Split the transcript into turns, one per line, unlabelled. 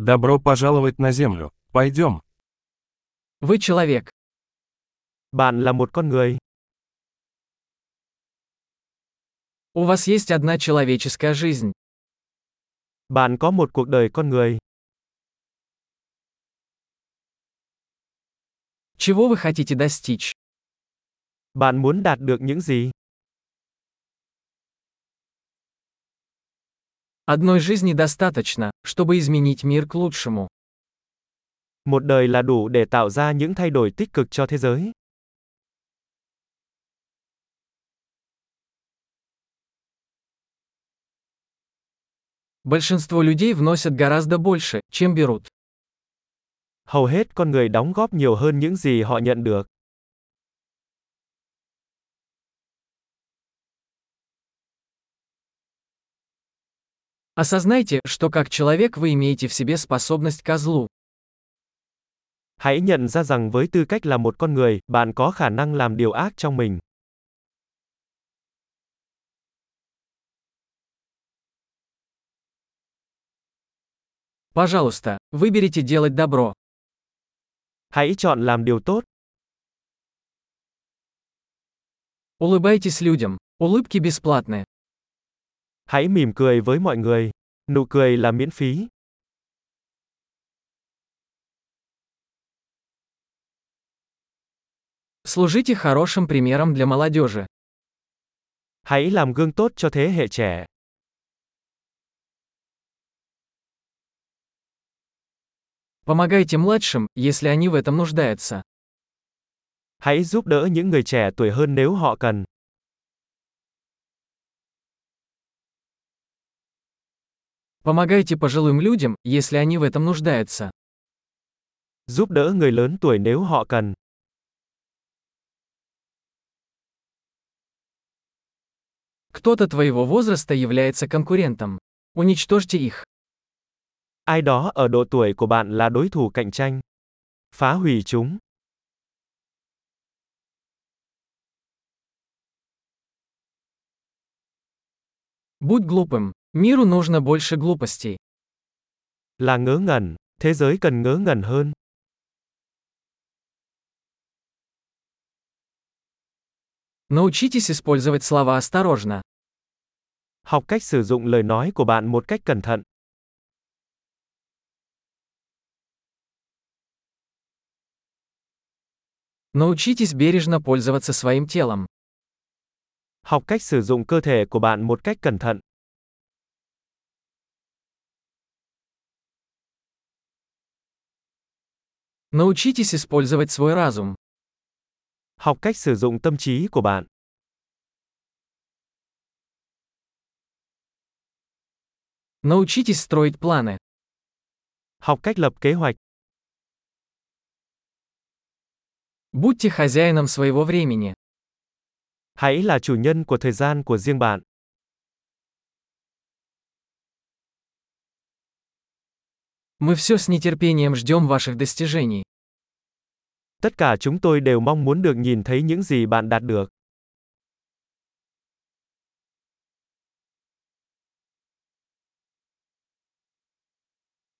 Добро пожаловать на Землю. Пойдем.
Вы человек.
Bạn là một con người.
У вас есть одна человеческая жизнь.
Bạn có một cuộc đời con người.
Чего вы хотите достичь?
Bạn muốn đạt được những gì?
Одной жизни достаточно, чтобы изменить мир к лучшему.
Một đời là đủ để tạo ra những thay đổi tích cực cho thế giới.
Большинство людей вносят гораздо больше, чем берут.
Hầu hết con người đóng góp nhiều hơn những gì họ nhận được.
Осознайте, что как человек вы имеете в себе способность ко злу.
Hãy nhận ra rằng với tư cách là một con người, bạn có khả năng làm điều ác trong mình.
Пожалуйста, выберите делать добро.
Hãy chọn làm điều tốt,
Улыбайтесь людям. Улыбки бесплатны.
hãy mỉm cười với mọi người. Nụ cười là miễn phí.
Служите хорошим примером для молодежи.
Hãy làm gương tốt cho thế hệ trẻ.
Помогайте младшим, если они в этом нуждаются.
Hãy giúp đỡ những người trẻ tuổi hơn nếu họ cần.
Помогайте пожилым людям, если они в этом нуждаются.
Giúp đỡ người lớn tuổi nếu họ cần.
Кто-то твоего возраста является конкурентом. Уничтожьте их.
Ai đó ở độ tuổi của bạn là đối thủ cạnh tranh. Phá hủy chúng.
Будь глупым. Миру нужно больше глупостей.
Là ngớ ngẩn. Thế giới cần ngớ ngẩn hơn.
Научитесь использовать слова осторожно.
Học cách sử dụng lời nói của bạn một cách cẩn thận.
Научитесь бережно пользоваться своим телом.
Học cách sử dụng cơ thể của bạn một cách cẩn thận.
Научитесь использовать свой разум.
Học cách sử dụng tâm trí của bạn.
Научитесь строить планы.
Học cách lập kế hoạch.
Будьте хозяином своего времени.
Hãy là chủ nhân của thời gian của riêng bạn.
Мы все с нетерпением ждем ваших достижений.
Tất cả chúng tôi đều mong muốn được nhìn thấy những gì bạn đạt được.